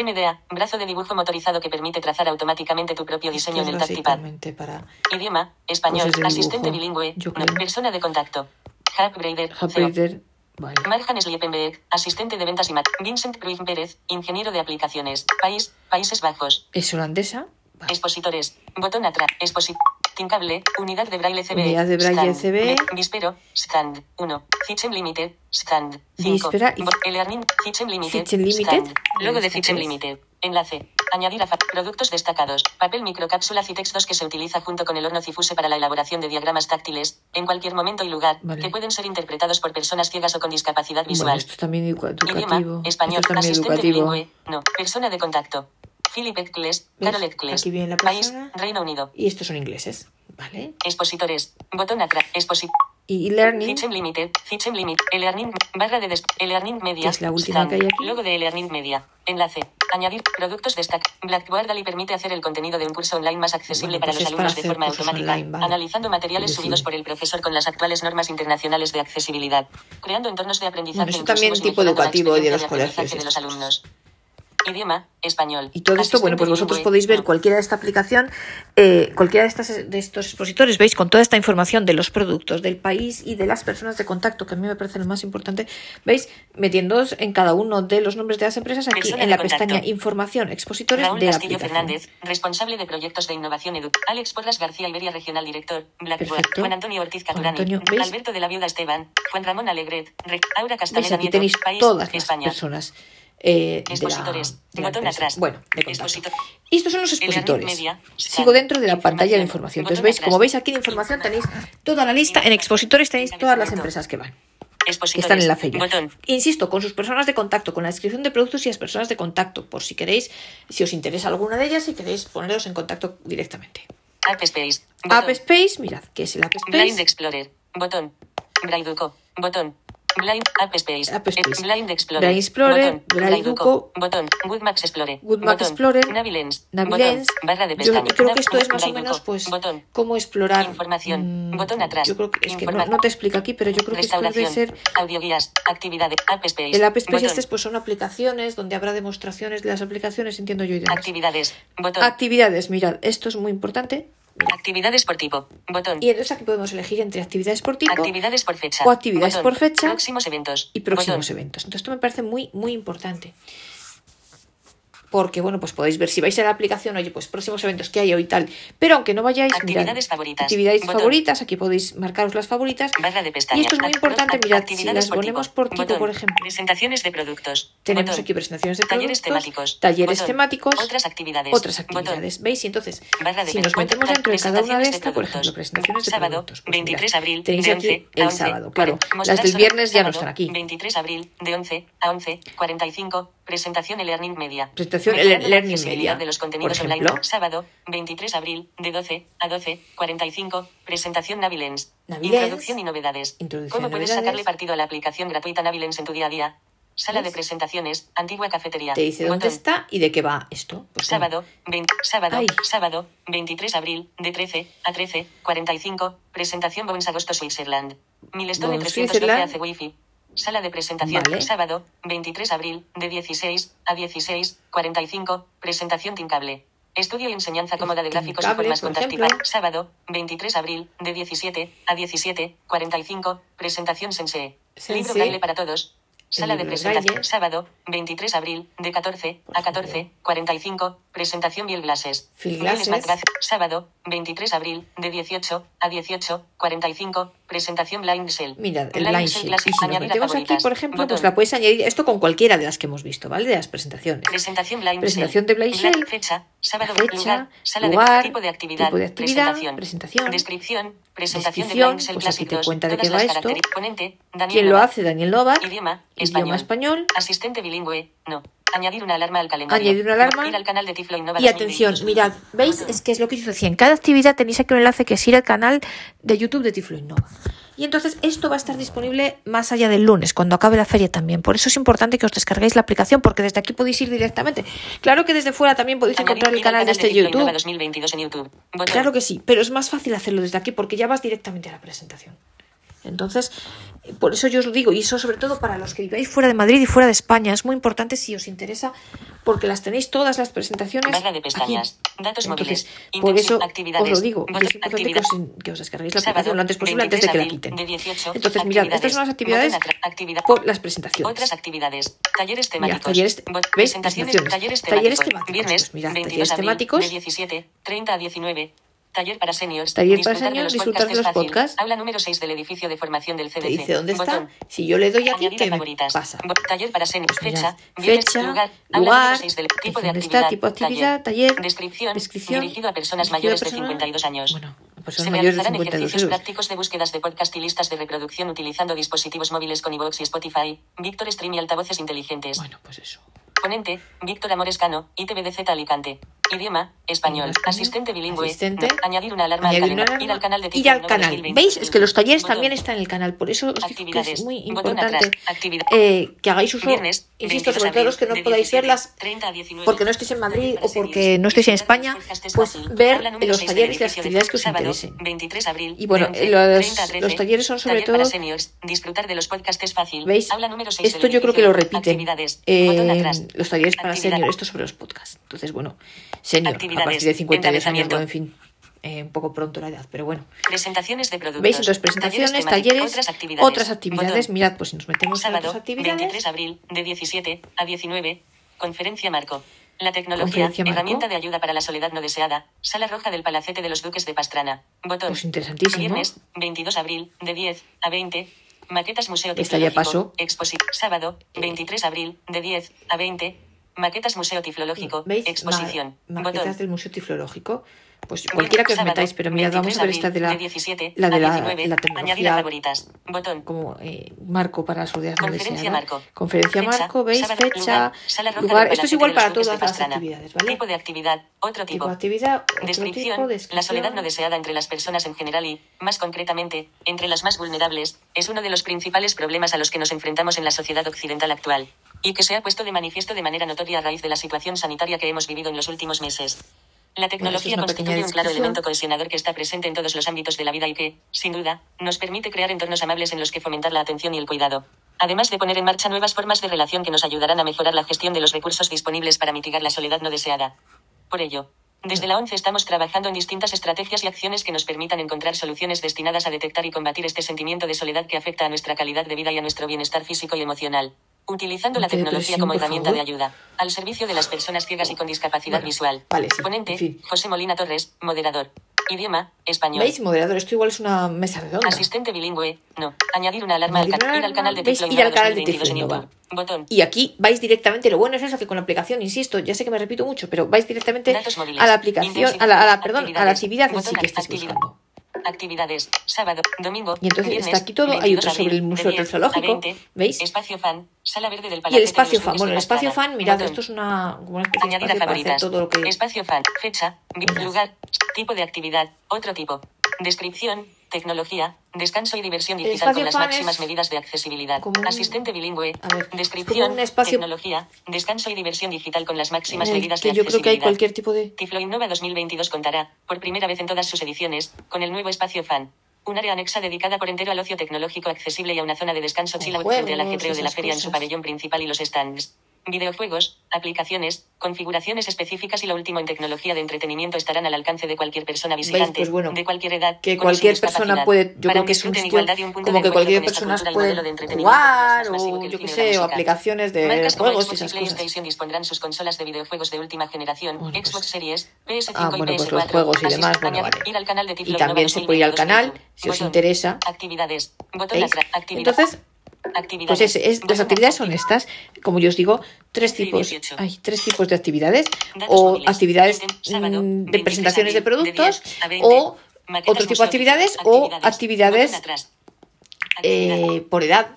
B: MDA, brazo de dibujo motorizado que permite trazar automáticamente tu propio
A: creo.
B: diseño
A: Esto
B: en
A: es
B: el Tactipad.
A: básicamente para.
B: Idioma, español,
A: Cosas de
B: asistente
A: dibujo,
B: bilingüe,
A: yo
B: no,
A: creo.
B: persona de contacto. Hapgrader,
A: Hapgrader. Vale.
B: Marjan Sliepenberg, asistente de ventas y mat. Vincent Ruiz Pérez, ingeniero de aplicaciones. País, Países Bajos.
A: Es holandesa. Vale.
B: Expositores. Botón atrás. Exposit. Tincable. Unidad de braille CB.
A: Unidad de braille
B: Stand.
A: CB.
B: Me- Vispero. Stand. 1. Cichem Limited. Stand. 5.
A: Vispera y-
B: El Arnin. Cichem Limited.
A: Cichem Limited.
B: Stand. Logo de
A: Esta
B: Cichem
A: es.
B: Limited. Enlace. Añadir a fa- productos destacados. Papel microcápsula y textos que se utiliza junto con el horno Cifuse para la elaboración de diagramas táctiles, en cualquier momento y lugar,
A: Vale.
B: que pueden ser interpretados por personas ciegas o con discapacidad
A: Bueno,
B: visual.
A: esto es también edu- educativo.
B: Idioma, español,
A: Esto es también
B: asistente
A: educativo.
B: bilingüe, no, persona de contacto. Philip Eccles,
A: ¿Ves?
B: Carol Eccles.
A: Aquí viene la
B: País,
A: persona.
B: Reino Unido.
A: Y estos son ingleses, ¿vale?
B: Expositores, botón atrás, expositor.
A: Y, y learning,
B: Fitchem Limited, Fitchem Limit, el Earning, barra de des, el Earning Media,
A: Que es la última
B: Scan.
A: que hay aquí.
B: logo de el Earning Media, enlace, añadir productos de Stack, Blackboard Dali permite hacer el contenido de un curso online más accesible
A: Bueno,
B: para
A: pues
B: los
A: es para
B: alumnos de
A: hacer
B: forma
A: cursos
B: automática,
A: online, vale.
B: analizando materiales
A: Es decir-
B: subidos por el profesor con las actuales normas internacionales de accesibilidad, creando entornos de aprendizaje
A: Bueno, esto también
B: inclusivos y
A: tipo
B: mejorando la
A: educativo de
B: experiencia
A: los
B: de aprendizaje
A: colegios,
B: de los
A: estas
B: alumnos. Idioma, español.
A: Y todo esto, bueno, pues
B: Asistente
A: vosotros
B: bilingüe,
A: podéis ver
B: no.
A: cualquiera de esta aplicación, eh, cualquiera de, estas, de estos expositores, veis con toda esta información de los productos, del país y de las personas de contacto, que a mí me parece lo más importante, veis metiéndoos en cada uno de los nombres de las empresas aquí
B: Persona
A: en
B: de
A: la
B: contacto.
A: pestaña Información, expositores
B: Raúl
A: de la
B: Castillo
A: aplicación.
B: Fernández, responsable de proyectos de innovación edu. Alex Porras García Iberia Regional Director, Blackboard.
A: Perfecto.
B: Juan Antonio Ortiz
A: Juan
B: Caturani.
A: Antonio, ¿veis?
B: Alberto de la Viuda Esteban. Juan Ramón Alegret. Re- Aura
A: Veis,
B: Castaneda
A: aquí
B: Nieto.
A: tenéis
B: País,
A: todas las
B: España.
A: personas. eh, de la-
B: Expositores.
A: de la
B: Botón
A: empresa.
B: atrás.
A: Bueno, de contacto.
B: Expositor.
A: Y estos son los
B: Elena
A: expositores.
B: Media, Scan.
A: Sigo dentro de la pantalla de información.
B: Información.
A: Entonces,
B: Botón
A: veis,
B: atrás.
A: como veis aquí de información tenéis toda la lista. En expositores tenéis todas las empresas que van que
B: Expositores.
A: están en la feria.
B: Botón.
A: Insisto, con sus personas de contacto, con la descripción de productos y las personas de contacto, por si queréis, si os interesa alguna de ellas y queréis poneros en contacto directamente.
B: App Space. Botón.
A: App Space, mirad, que es el App
B: Blind
A: Space.
B: Explorer. Botón. Braiduco. Botón. Blind App Space.
A: App Space.
B: Eh, Blind Explorer.
A: Brain Explorer,
B: Botón.
A: Brain
B: Braiduco.
A: Duco.
B: Botón. Good Maps Explorer.
A: Good Map
B: Botón.
A: Explorer.
B: Navilens.
A: Navilens.
B: Botón. Barra de
A: Yo
B: pestaña.
A: creo que esto es
B: Nav-
A: más o
B: Brain
A: menos,
B: Duco.
A: pues,
B: Botón.
A: cómo explorar.
B: Información.
A: mm,
B: Botón atrás.
A: Yo creo que, es que no,
B: Informa-
A: no te explica aquí, pero yo creo que esto debe
B: Restauración.
A: ser.
B: Audioguías. Actividades. App Space.
A: El App Space,
B: Botón.
A: estas pues son aplicaciones donde habrá demostraciones de las aplicaciones, entiendo yo. Y demás.
B: Actividades. Botón.
A: Actividades, mirad, esto es muy importante.
B: Actividades por tipo. Botón.
A: Y entonces aquí podemos elegir entre actividades por tipo
B: Actividades por fecha.
A: o actividades
B: Botón.
A: por fecha.
B: Próximos eventos.
A: y próximos
B: Botón.
A: eventos. Entonces esto me parece muy, muy importante. Porque, bueno, pues podéis ver si vais a la aplicación, oye, pues próximos eventos que hay hoy y tal. Pero aunque no vayáis, mirad,
B: Actividades favoritas.
A: Actividades
B: Botón.
A: favoritas, aquí podéis marcaros las favoritas.
B: Barra de
A: Y
B: pestaña.
A: esto es muy
B: Act-
A: importante,
B: act-
A: mirad, si
B: actividades
A: las ponemos
B: tipo.
A: por tipo,
B: Botón.
A: por ejemplo,
B: Presentaciones de productos.
A: tenemos
B: Botón.
A: aquí presentaciones de
B: Talleres
A: productos,
B: temáticos.
A: talleres
B: Botón.
A: temáticos,
B: Otras actividades.
A: otras
B: Botón.
A: actividades. ¿Veis? Y entonces,
B: Barra de
A: si nos
B: menú.
A: metemos dentro de cada una de
B: Presentaciones de
A: estas, por
B: productos.
A: ejemplo, presentaciones de
B: Sábado,
A: productos. pues
B: 23
A: mirad,
B: abril,
A: Tenéis
B: de
A: aquí
B: 11 a
A: el
B: 11.
A: sábado, claro.
B: Mostrar
A: Las del
B: sobre-
A: viernes ya no
B: sábado,
A: están aquí.
B: 23 de abril, de 11 a 11, 45. Presentación el Learning Media.
A: Presentación el
B: Mejorando la
A: Learning
B: accesibilidad
A: Media,
B: de los contenidos
A: por
B: online.
A: ejemplo.
B: Sábado, 23 de abril, de 12 a 12, 45. Presentación Navilens.
A: Navilens.
B: Introducción y novedades.
A: Introducción
B: ¿Cómo
A: y
B: puedes
A: novedades.
B: sacarle partido a la aplicación gratuita Navilens en tu día a día? Sala de
A: ¿Ves?
B: presentaciones, antigua cafetería.
A: Te dice dónde
B: Botón.
A: está y de qué va esto. Pues, bueno,
B: Sábado, 20 sábado,
A: Ay.
B: sábado, 23 de abril, de 13 a 13, 45, presentación Bones Agosto, Switzerland. Milestone
A: Bones,
B: 312
A: Switzerland.
B: hace wifi. Sala de presentación,
A: Vale.
B: sábado, 23 de abril, de 16 a 16, 45, presentación Tincable. Estudio y enseñanza cómoda de gráficos
A: Tincable,
B: y
A: Pues
B: formas
A: por
B: contactiva.
A: ejemplo.
B: Sábado, 23 de abril, de 17 a 17, 45, presentación Sensei. Libro
A: Sensei.
B: braille para todos. Sala de
A: E. libro de
B: presentación,
A: braille.
B: sábado, 23 de abril, de 14
A: Por
B: a 14, 45, presentación Bill Glasses.
A: Field
B: Bill
A: Glasses.
B: Smart Glasses, Sábado, 23 de abril, de 18 a 18, 45, presentación Blind Cell.
A: Mirad, el
B: Blind
A: line
B: Cell
A: sheet.
B: Glasses,
A: Y si nos
B: añadir a
A: metemos aquí,
B: favoritas.
A: por ejemplo, pues
B: Botón.
A: la podéis añadir esto con cualquiera de las que hemos visto, ¿vale? De las presentaciones.
B: Presentación Blind
A: Presentación
B: Cell.
A: de Blind
B: Bla-
A: Cell.
B: Fecha, sábado,
A: fecha,
B: lugar, sala
A: lugar,
B: de tipo de actividad,
A: tipo de actividad,
B: presentación,
A: presentación,
B: descripción,
A: descripción,
B: presentación de Blind Cell
A: pues
B: Classic
A: aquí te
B: 2,
A: cuenta de
B: todas
A: qué
B: las
A: va esto,
B: características. Ponente, Daniel
A: ¿Quién lo
B: Nova.
A: hace? Daniel Novak.
B: Idioma,
A: Idioma español.
B: Asistente bilingüe, no. Añadir una alarma al calendario.
A: Añadir una alarma.
B: Ir al canal de Tiflo Innova
A: Y atención,
B: 2022.
A: mirad, ¿veis? Es que es lo que yo os decía. En cada actividad tenéis aquí un enlace que es ir al canal de YouTube de Tiflo Innova. Y entonces esto va a estar disponible más allá del lunes, cuando acabe la feria también. Por eso es importante que os descarguéis la aplicación, porque desde aquí podéis ir directamente. Claro que desde fuera también podéis
B: Añadir
A: encontrar el
B: ir al
A: canal de este
B: Tiflo Innova
A: YouTube.
B: 2022 en YouTube. Botón.
A: Claro que sí, pero es más fácil hacerlo desde aquí porque ya vas directamente a la presentación. Entonces, eh, por eso yo os lo digo, y eso sobre todo para los que viváis fuera de Madrid y fuera de España, es muy importante si os interesa, porque las tenéis todas las presentaciones.
B: Barra de pestañas.
A: aquí.
B: Datos
A: Entonces,
B: móviles.
A: por
B: Intensi-
A: eso os
B: actividades.
A: lo digo, y
B: Botón.
A: es importante que os, que os descarguéis la
B: Sábado,
A: aplicación lo antes posible antes de que la
B: 23
A: quiten.
B: abril, de 18,
A: Entonces, mirad, estas
B: actividades.
A: son las actividades
B: Botón atra- actividad.
A: por las presentaciones.
B: Otras actividades. Talleres
A: Mirad,
B: temáticos.
A: talleres,
B: Bo-
A: ¿veis?
B: Presentaciones.
A: Presentaciones.
B: Talleres temáticos.
A: Talleres temáticos.
B: Viernes.
A: Pues mirad,
B: 22
A: talleres
B: de abril,
A: temáticos.
B: De 17, 30 a 19. Taller para seniors.
A: Taller para seniors, disfrutar de
B: es
A: los
B: fácil.
A: podcasts.
B: Aula número 6 del edificio de formación del CDC.
A: Te dice dónde está.
B: Botón.
A: Si yo le doy aquí,
B: Añadir a
A: ¿qué me
B: favoritas.
A: pasa?
B: Bo- Taller para seniors.
A: Pues
B: Fecha.
A: mirad,
B: viernes,
A: fecha,
B: lugar. aula
A: lugar,
B: número 6 del tipo de
A: dónde
B: actividad.
A: está, tipo de actividad, taller,
B: descripción,
A: descripción,
B: Dirigido a personas
A: dirigido a
B: mayores
A: personas-
B: de 52 años.
A: Bueno, a
B: Se
A: personas mayores de
B: realizarán
A: 52
B: ejercicios
A: euros.
B: prácticos de búsquedas de podcast y listas de reproducción utilizando dispositivos móviles con iVoox y Spotify, Víctor Stream y altavoces inteligentes.
A: Bueno, pues eso.
B: Ponente, Víctor Amorescano, ITVDZ Alicante. Idioma, español.
A: Español.
B: Asistente bilingüe.
A: Asistente.
B: Añadir una alarma
A: Añadir
B: al
A: una
B: calendario.
A: alarma.
B: Ir al canal de
A: Ir al
B: Tinder
A: canal.
B: 2020.
A: ¿Veis? Es que los talleres
B: Botón.
A: también están en el canal. Por eso os digo que
B: Actividades.
A: es muy
B: Botón
A: importante
B: atrás. Actividad.
A: eh, que hagáis uso,
B: Viernes,
A: insisto,
B: 22
A: sobre todo los que
B: abril,
A: no
B: de
A: podáis
B: 17,
A: verlas
B: 30 a 19.
A: porque no estéis en Madrid
B: Para
A: o porque
B: series.
A: no estéis en España,
B: Los podcasts es
A: pues
B: fácil. Habla
A: ver
B: número
A: los
B: seis
A: talleres
B: del
A: y las
B: edificio de
A: actividades que os
B: sábado,
A: interesen.
B: 23 de abril,
A: Y bueno,
B: de 11,
A: eh, los-
B: 30 a 13.
A: los talleres son sobre
B: Taller para
A: todo-
B: seniors. Disfrutar de los podcasts es fácil.
A: ¿Veis?
B: Habla número seis
A: Esto
B: del
A: yo creo que
B: edificio.
A: lo repiten
B: Actividades. Botón
A: eh,
B: atrás.
A: los talleres para
B: Actividad.
A: senior, esto sobre los podcasts. Entonces, bueno, senior, a
B: Actividades.
A: partir de 52 años,
B: Encabezamiento.
A: bueno, en fin, eh, un poco pronto la edad, pero bueno.
B: Presentaciones de productos.
A: ¿Veis? Entonces, presentaciones,
B: temáticos,
A: talleres,
B: otras actividades.
A: otras actividades.
B: Botón.
A: Mirad, pues si nos metemos en
B: Sábado,
A: otras actividades.
B: 23 de abril, de 17 a 19, conferencia Marco. La tecnología,
A: Conferencia Marco.
B: herramienta de ayuda para la soledad no deseada, sala roja del Palacete de los Duques de Pastrana. Botón.
A: Pues interesantísimo.
B: Viernes, 22 de abril, de 10 a 20, maquetas Museo
A: Esta ya
B: Tiflológico.
A: pasó.
B: Exposi Sábado, 23 de abril, de 10 a 20, maquetas Museo Tiflológico,
A: ¿Veis?
B: exposición.
A: Ma-
B: Botón.
A: maquetas del Museo Tiflológico. Pues cualquiera que os
B: Sábado,
A: metáis, pero mirad, vamos a ver
B: 23
A: esta de
B: abril,
A: la,
B: 17
A: la de
B: a
A: la,
B: 19,
A: la
B: Añadir a
A: tecnología
B: favoritas. Botón.
A: como eh, marco para las unidades no
B: Conferencia
A: deseadas.
B: marco.
A: Conferencia
B: Fecha,
A: marco, veis,
B: sábado,
A: fecha,
B: lugar, sala roja
A: lugar.
B: del
A: Esto es
B: Palacete
A: igual
B: de los
A: para
B: Duques
A: todas
B: de
A: las
B: Pastrana.
A: actividades, ¿vale?
B: Tipo de actividad, otro tipo.
A: Tipo de actividad, otro
B: Descripción,
A: tipo,
B: La
A: descripción.
B: soledad no deseada entre las personas en general y, más concretamente, entre las más vulnerables, es uno de los principales problemas a los que nos enfrentamos en la sociedad occidental actual, y que se ha puesto de manifiesto de manera notoria a raíz de la situación sanitaria que hemos vivido en los últimos meses. La tecnología
A: Bueno, eso es una pequeña
B: constituye un claro
A: descripción.
B: elemento cohesionador que está presente en todos los ámbitos de la vida y que, sin duda, nos permite crear entornos amables en los que fomentar la atención y el cuidado. Además de poner en marcha nuevas formas de relación que nos ayudarán a mejorar la gestión de los recursos disponibles para mitigar la soledad no deseada. Por ello, desde la ONCE estamos trabajando en distintas estrategias y acciones que nos permitan encontrar soluciones destinadas a detectar y combatir este sentimiento de soledad que afecta a nuestra calidad de vida y a nuestro bienestar físico y emocional. Utilizando la
A: Ante
B: tecnología
A: depresión,
B: como
A: por
B: herramienta de
A: favor.
B: ayuda, al servicio de las personas ciegas y con discapacidad
A: Bueno,
B: visual.
A: vale, sí,
B: Ponente,
A: en fin.
B: José Molina Torres, moderador. Idioma, español.
A: ¿Veis, moderador? Esto igual es una mesa redonda.
B: Asistente bilingüe, no. Añadir una alarma
A: Añadir una
B: al, canal ir al
A: alarma.
B: canal de
A: ¿Veis?
B: Tiflo
A: Ir al canal de
B: 2022 en
A: Tiflo
B: YouTube. Botón.
A: Y aquí vais directamente, lo bueno es eso, que con la aplicación, insisto, ya sé que me repito mucho, pero vais directamente
B: Datos móviles.
A: a la aplicación, a la, a la- perdón, a la
B: Actividades.
A: actividad en sí
B: Botón,
A: que estáis
B: actividad.
A: buscando.
B: Actividades, sábado, domingo.
A: Y entonces
B: viernes,
A: está aquí todo, hay
B: 22
A: otro sobre
B: abril,
A: el
B: de
A: Museo
B: 10 a
A: Arqueológico,
B: 20,
A: ¿veis?
B: Espacio fan, sala verde del
A: Y el
B: Palacete de
A: espacio
B: los
A: fan,
B: Duques
A: bueno,
B: de
A: el espacio
B: Pastrana.
A: fan, mirad,
B: Botón.
A: esto es una, como una especie de
B: Añadir a
A: espacio para hacer
B: favoritas.
A: todo lo que...
B: Espacio fan. Fecha. vi-
A: Mira.
B: Lugar. Tipo de actividad. Otro tipo. Descripción. Tecnología. Descanso y diversión
A: El
B: digital con
A: espacio
B: las
A: fan
B: máximas
A: es
B: medidas de accesibilidad.
A: como un-
B: Asistente bilingüe.
A: A ver, es
B: descripción.
A: como un espacio-
B: Tecnología. Descanso y diversión digital con las
A: en
B: máximas
A: el
B: medidas de
A: que yo
B: accesibilidad.
A: creo que hay cualquier tipo de...
B: Tiflo Innova 2022 contará, por primera vez en todas sus ediciones, con el nuevo espacio fan. Un área anexa dedicada por entero al ocio tecnológico accesible y a una zona de descanso
A: Con
B: chila frente al
A: juegos,
B: ajetreo de la
A: esas
B: feria en su
A: cosas.
B: pabellón principal y los stands. Videojuegos, aplicaciones, configuraciones específicas y lo último en tecnología de entretenimiento estarán al alcance de cualquier persona visitante,
A: Pues bueno,
B: de cualquier edad,
A: que
B: con o sin
A: cualquier persona
B: discapacidad,
A: puede, yo
B: para
A: creo
B: un
A: que es un
B: disfrute en
A: sitio
B: igualdad y un punto de
A: como que
B: encuentro
A: cualquier
B: con esta
A: persona
B: cultura y modelo de
A: puede
B: entretenimiento pues,
A: jugar
B: más masivo
A: o
B: que
A: yo qué
B: tiene la
A: sé, o
B: música.
A: aplicaciones de
B: Marcas como
A: juegos y
B: Xbox y
A: esas cosas.
B: PlayStation dispondrán sus consolas de videojuegos de última generación,
A: Bueno, pues-
B: Xbox Series, PS5
A: Ah,
B: y
A: bueno, pues
B: PS4.
A: los juegos y
B: Así
A: demás,
B: se
A: bueno,
B: añade-
A: vale.
B: Ir al canal de
A: Y
B: Tiflo
A: también se puede ir al
B: 2022
A: canal
B: YouTube.
A: si os
B: Botón.
A: interesa.
B: Actividades. Botón
A: ¿Veis?
B: atrás. Actividades.
A: Entonces,
B: actividades.
A: pues ese es, las
B: Botón
A: actividades son estas, como yo os digo, tres
B: Sí,
A: tipos,
B: 18.
A: hay tres tipos de actividades
B: Datos
A: o
B: móviles.
A: actividades
B: Ítem, sábado,
A: mm,
B: 23
A: de presentaciones de
B: abril,
A: productos
B: 10 a 20.
A: o
B: Maquetas
A: otro tipo de actividades
B: museológicas,
A: o actividades
B: Botón atrás. Actividades.
A: eh, por edad,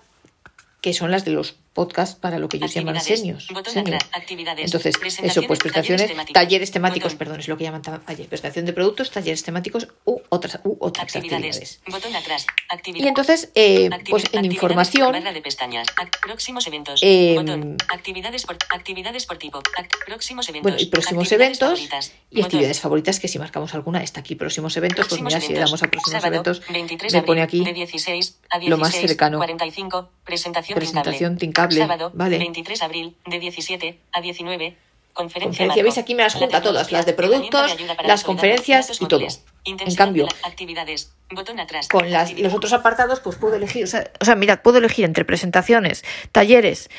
A: que son las de los podcasts para lo que ellos llaman
B: Actividades.
A: seniors.
B: Botón
A: senior.
B: atrás. Actividades.
A: Entonces, eso,
B: Presentaciones,
A: pues prestaciones,
B: talleres temáticos.
A: talleres temáticos,
B: Botón.
A: perdón, es lo que llaman ta- taller, prestación de productos, talleres temáticos u otras, u otras
B: Actividades.
A: pues, actividades.
B: Botón atrás.
A: Y
B: Actividades.
A: entonces, eh,
B: Activi-
A: pues en
B: actividades
A: información,
B: barra de pestañas. Ac- próximos eventos.
A: Eh,
B: Botón. Actividades por, actividades por tipo. Ac- próximos eventos.
A: bueno, y próximos
B: Actividades
A: eventos
B: favoritas.
A: y
B: Botón.
A: actividades favoritas, que si marcamos alguna, está aquí, próximos eventos, pues
B: Próximos
A: mira, si le
B: eventos.
A: damos a próximos
B: Sábado,
A: eventos,
B: 23 de
A: me pone
B: abril,
A: aquí
B: de 16 a
A: lo más
B: 16,
A: cercano.
B: 45, presentación,
A: Presentación
B: Tin
A: Tin Cable,
B: Sábado,
A: vale.
B: 23 de abril, de 17 a 19, conferencia.
A: Conferencia,
B: marco.
A: veis, aquí me las
B: La
A: junta todas,
B: tecnología,
A: las de
B: herramienta
A: productos,
B: ayuda para
A: las
B: la soledad,
A: conferencias
B: datos
A: y todo.
B: móviles,
A: En
B: intensidad
A: cambio,
B: de la- actividades, botón atrás,
A: con las,
B: actividades.
A: los otros apartados, pues puedo elegir. O sea, o sea, mirad, puedo elegir entre presentaciones, talleres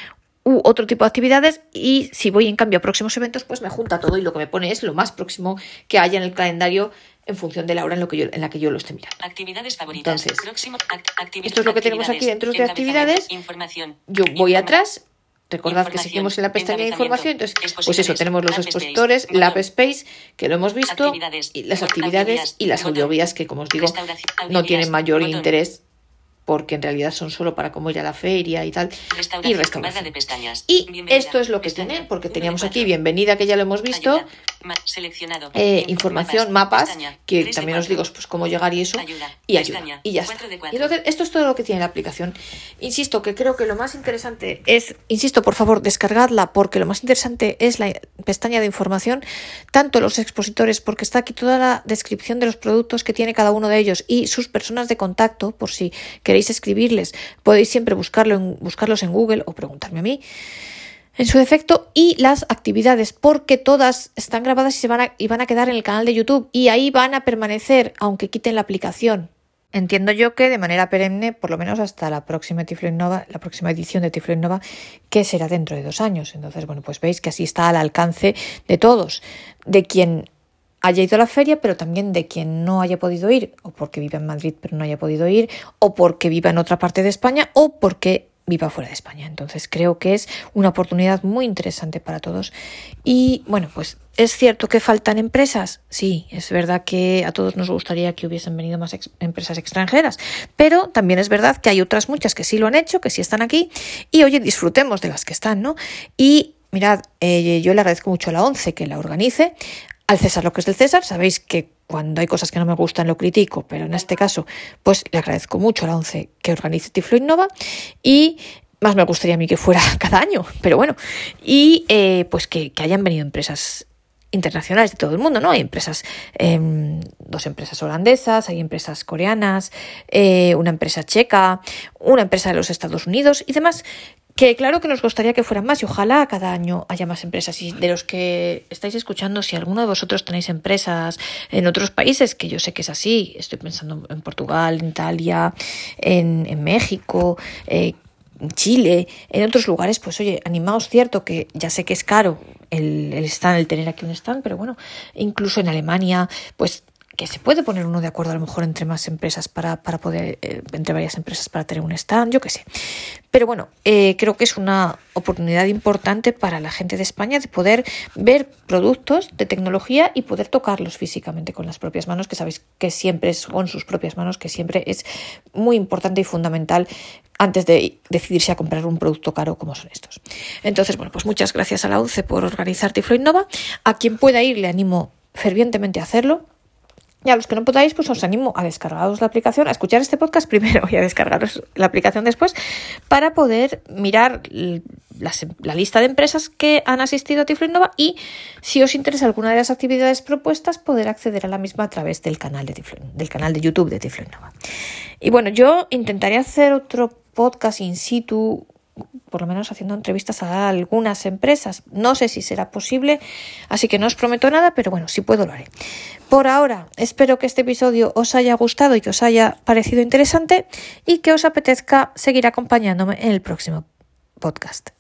A: u otro tipo de actividades y si voy en cambio a próximos eventos, pues me junta todo y lo que me pone es lo más próximo que haya en el calendario en función de la hora en, lo que yo, en la que yo lo esté mirando.
B: Actividades favoritas.
A: Entonces,
B: Próximo, act- activi-
A: esto es lo que tenemos aquí dentro de
B: Encabezamiento.
A: actividades.
B: Información.
A: Yo voy
B: Informa-
A: atrás. Recordad que
B: Información,
A: seguimos en la pestaña de información, entonces, pues eso,
B: expositores,
A: tenemos los
B: app space,
A: expositores, la App
B: botón.
A: Space, que lo hemos visto,
B: Actividades,
A: y las
B: botón,
A: actividades
B: audioguías,
A: y las
B: botón.
A: audioguías, que como os digo,
B: Restauración,
A: no
B: audioguías,
A: tienen mayor
B: botón.
A: interés, porque en realidad son solo para cómo ir a la feria y tal, y
B: Restauración, barra de
A: restauración.
B: pestañas.
A: Y
B: Bienvenida,
A: esto es lo que
B: pestaña,
A: tienen, porque
B: uno de
A: teníamos
B: cuatro.
A: aquí bienvenida, que ya lo hemos visto,
B: Ayuda, ma- seleccionado.
A: eh,
B: Info-
A: información, mapas,
B: pestaña,
A: que
B: tres de
A: también os
B: cuatro.
A: digo pues cómo llegar y eso,
B: Ayuda,
A: y ayuda,
B: pestaña,
A: y ya está.
B: cuatro de
A: Y
B: cuatro.
A: entonces, esto es todo lo que tiene la aplicación. Insisto que creo que lo más interesante es, insisto, por favor, descargadla, porque lo más interesante es la pestaña de información, tanto los expositores, porque está aquí toda la descripción de los productos que tiene cada uno de ellos y sus personas de contacto, por si queréis escribirles, podéis siempre buscarlo en, buscarlos en Google o preguntarme a mí en su defecto y las actividades, porque todas están grabadas y, se van a, y van a quedar en el canal de YouTube y ahí van a permanecer, aunque quiten la aplicación. Entiendo yo que de manera perenne, por lo menos hasta la próxima Tiflo Innova, la próxima edición de Tiflo Innova, que será dentro de dos años. Entonces, bueno, pues veis que así está al alcance de todos, de quien haya ido a la feria, pero también de quien no haya podido ir, o porque viva en Madrid pero no haya podido ir, o porque viva en otra parte de España, o porque viva fuera de España. Entonces creo que es una oportunidad muy interesante para todos. Y bueno, pues es cierto que faltan empresas. Sí, es verdad que a todos nos gustaría que hubiesen venido más ex- empresas extranjeras, pero también es verdad que hay otras muchas que sí lo han hecho, que sí están aquí, y oye, disfrutemos de las que están, ¿no? Y mirad, eh, yo le agradezco mucho a la ONCE que la organice, al César lo que es del César. Sabéis que cuando hay cosas que no me gustan lo critico, pero en este caso, pues le agradezco mucho a la ONCE que organice Tiflo Innova y más me gustaría a mí que fuera *laughs* cada año, pero bueno. Y eh, pues que, que hayan venido empresas internacionales de todo el mundo, ¿no? Hay empresas, em, dos empresas holandesas, hay empresas coreanas, eh, una empresa checa, una empresa de los Estados Unidos y demás, que claro que nos gustaría que fueran más y ojalá cada año haya más empresas. Y de los que estáis escuchando, si alguno de vosotros tenéis empresas en otros países, que yo sé que es así, estoy pensando en Portugal, en Italia, en, en México, eh, en Chile, en otros lugares, pues oye, animaos, cierto que ya sé que es caro el, el stand, el tener aquí un stand, pero bueno, incluso en Alemania, pues que se puede poner uno de acuerdo a lo mejor entre más empresas para, para poder, eh, entre varias empresas para tener un stand, yo qué sé. Pero bueno, eh, creo que es una oportunidad importante para la gente de España de poder ver productos de tecnología y poder tocarlos físicamente con las propias manos, que sabéis que siempre es con sus propias manos, que siempre es muy importante y fundamental antes de decidirse a comprar un producto caro como son estos. Entonces, bueno, pues muchas gracias a la UNCE por organizar Tiflo Innova. A quien pueda ir le animo fervientemente a hacerlo. Y a los que no podáis, pues os animo a descargaros la aplicación, a escuchar este podcast *laughs* primero y a descargaros la aplicación después para poder mirar l- las em- la lista de empresas que han asistido a Tiflo Innova y si os interesa alguna de las actividades propuestas, poder acceder a la misma a través del canal de, Tiflo- del canal de YouTube de Tiflo Innova. Y bueno, yo intentaré hacer otro podcast in situ por lo menos haciendo entrevistas a algunas empresas. No sé si será posible, así que no os prometo nada, pero bueno, si puedo lo haré. Por ahora, espero que este episodio os haya gustado y que os haya parecido interesante y que os apetezca seguir acompañándome en el próximo podcast.